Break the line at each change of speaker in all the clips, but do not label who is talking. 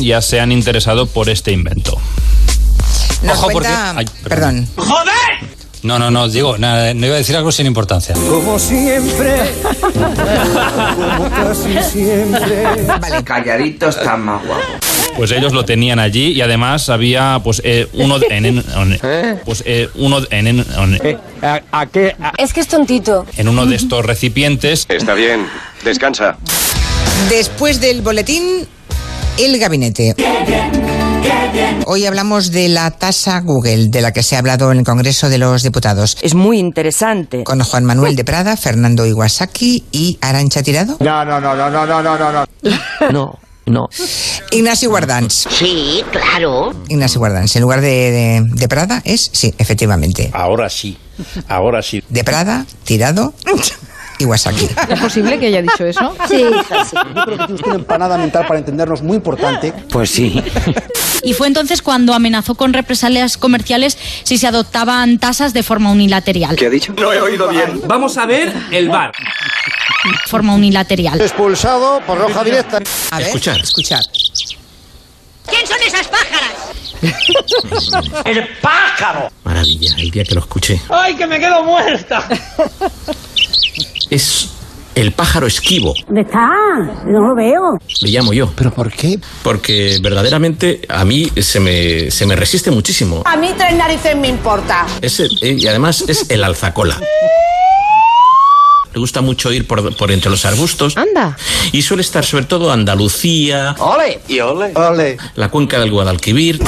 ya se han interesado por este invento.
Nos
Ojo,
cuenta-
porque- ay,
perdón.
No, no, no, digo, nada, no iba a decir algo sin importancia.
Como siempre, como casi siempre.
Vale.
Calladito está más guapo.
Pues ellos lo tenían allí y además había pues eh, uno de- en, en- en- pues eh, uno de- en, en- en-
Es que es tontito.
en uno de estos recipientes
Está bien, descansa.
Después del boletín, el gabinete. Hoy hablamos de la tasa Google, de la que se ha hablado en el Congreso de los Diputados,
Es muy interesante.
con Juan Manuel de Prada, Fernando Iwasaki y Arancha Tirado.
No, no, no, no, no, no, no, no.
No, no.
Ignacio Guardans.
Sí, claro.
Ignacio Guardans, en lugar de, de- de Prada es, sí, efectivamente.
Ahora sí, ahora sí.
De Prada, Tirado, Iwasaki.
¿Es posible que haya dicho eso?
Sí, hija, sí.
Yo creo que tiene usted una empanada mental para entendernos muy importante.
Pues sí.
Y fue entonces cuando amenazó con represalias comerciales si se adoptaban tasas de forma unilateral.
ha dicho? No he oído bien.
Vamos a ver el bar.
Forma unilateral.
Expulsado por roja directa.
A ver,
Escuchad.
escuchad.
¿Quién son esas pájaras?
Maravilla, el día que lo escuché.
¡Ay, que me quedo muerta!
Es el pájaro esquivo,
¿Dónde está? No lo veo.
le llamo yo.
¿Pero por qué?
Porque verdaderamente a mí se me, se me resiste muchísimo.
A mí tres narices me importa.
Es el- eh, y además es el alzacola. Le gusta mucho ir por, por entre los arbustos.
Anda.
Y suele estar sobre todo Andalucía,
Ole. Y ole.
Ole.
la cuenca del Guadalquivir.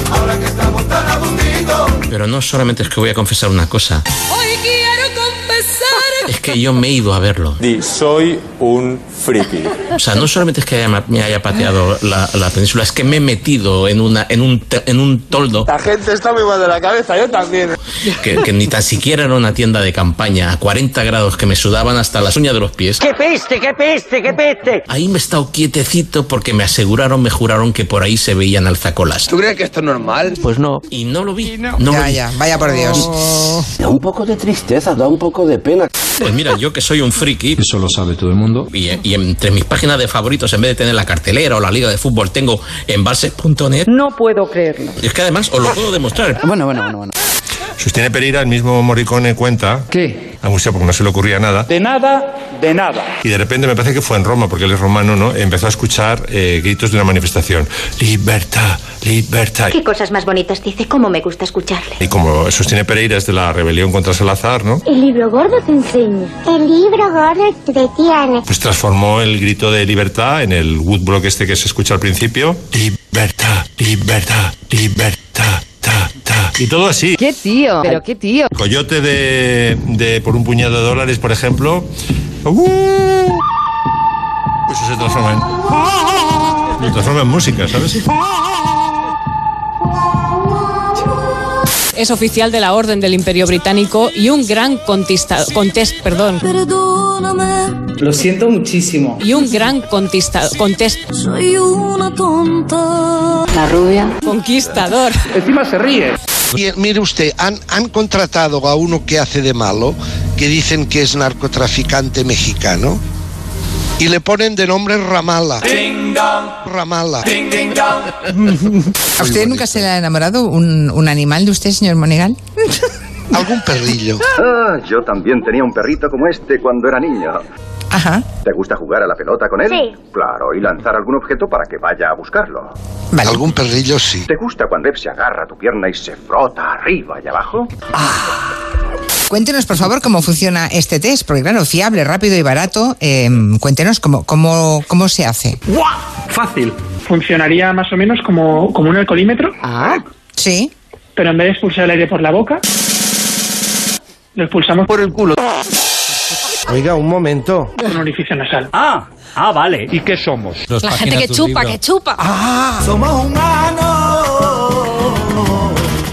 Pero no solamente es que voy a confesar una cosa.
Hoy quiero confesar.
Es que yo me he ido a verlo.
Di, soy un friki.
O sea, no solamente es que haya- me haya pateado la, la península, es que me he metido en, una, en, un, te- en un toldo
La gente está muy mal de la cabeza, yo también.
que, que ni tan siquiera era una tienda de campaña, a 40 grados que me sudaban hasta las uñas de los pies.
¡Qué peste, qué peste, qué peste!
Ahí me he estado quietecito porque me aseguraron, me juraron que por ahí se veían alzacolas.
¿Tú crees que esto es normal?
Pues no.
Y no lo vi. No lo
Ya,
vi.
ya, vaya por Dios.
Da un poco de tristeza, da un poco de pena.
Pues mira, yo que soy un friki. Eso lo sabe todo el mundo. Y, y entre mis páginas de favoritos, en vez de tener la cartelera o la liga de fútbol, tengo envases.net.
No puedo creerlo.
Es que además os lo puedo demostrar.
Bueno, bueno, bueno, bueno.
Sostiene Pereira, el mismo Morricone cuenta. ¿Qué? Angustia porque no se le ocurría nada.
De nada, de nada.
Y de repente me parece que fue en Roma, porque él es romano, ¿no? Empezó a escuchar eh, gritos de una manifestación. Libertad, libertad.
Qué cosas más bonitas dice, cómo me gusta escucharle.
Y como sostiene Pereira es de la rebelión contra Salazar, ¿no?
El libro gordo te enseña. El libro gordo te tiene.
Pues transformó el grito de libertad en el woodblock este que se escucha al principio. Libertad, libertad, libertad, ta, ta. Y todo así.
¡Qué tío! ¿Pero qué tío?
Coyote de, de por un puñado de dólares, por ejemplo. ¡Uh! Pues Eso se transforma en. Lo transforma en música, ¿sabes?
Es oficial de la Orden del Imperio Británico y un gran contista, contest, perdón,
Perdóname,
Lo siento muchísimo.
y un gran contista, contest,
soy una tonta.
conquistador.
Encima se ríe.
Mire usted, han, han contratado a uno que hace de malo, que dicen que es narcotraficante mexicano, y le ponen de nombre Ramala. Ramala.
¿A usted nunca se le ha enamorado un, un animal de usted, señor Monegal?
Algún perrillo.
Ah, yo también tenía un perrito como este cuando era niño.
Ajá.
¿Te gusta jugar a la pelota con él?
Sí.
Claro, y lanzar algún objeto para que vaya a buscarlo.
Vale.
Algún perrillo sí.
¿Te gusta cuando Eve se agarra a tu pierna y se frota arriba y abajo?
Cuéntenos, por favor, cómo funciona este test, porque claro, fiable, rápido y barato. eh, cuéntenos cómo, cómo, cómo se hace.
Fácil.
Funcionaría más o menos como, como un alcoholímetro,
Sí.
pero en vez de expulsar el aire por la boca, lo expulsamos por
Oiga, un momento.
un orificio nasal.
Ah, ah, vale. ¿Y qué somos?
Dos
La
páginas
gente que
de un
chupa,
libro.
que chupa.
Somos humanos.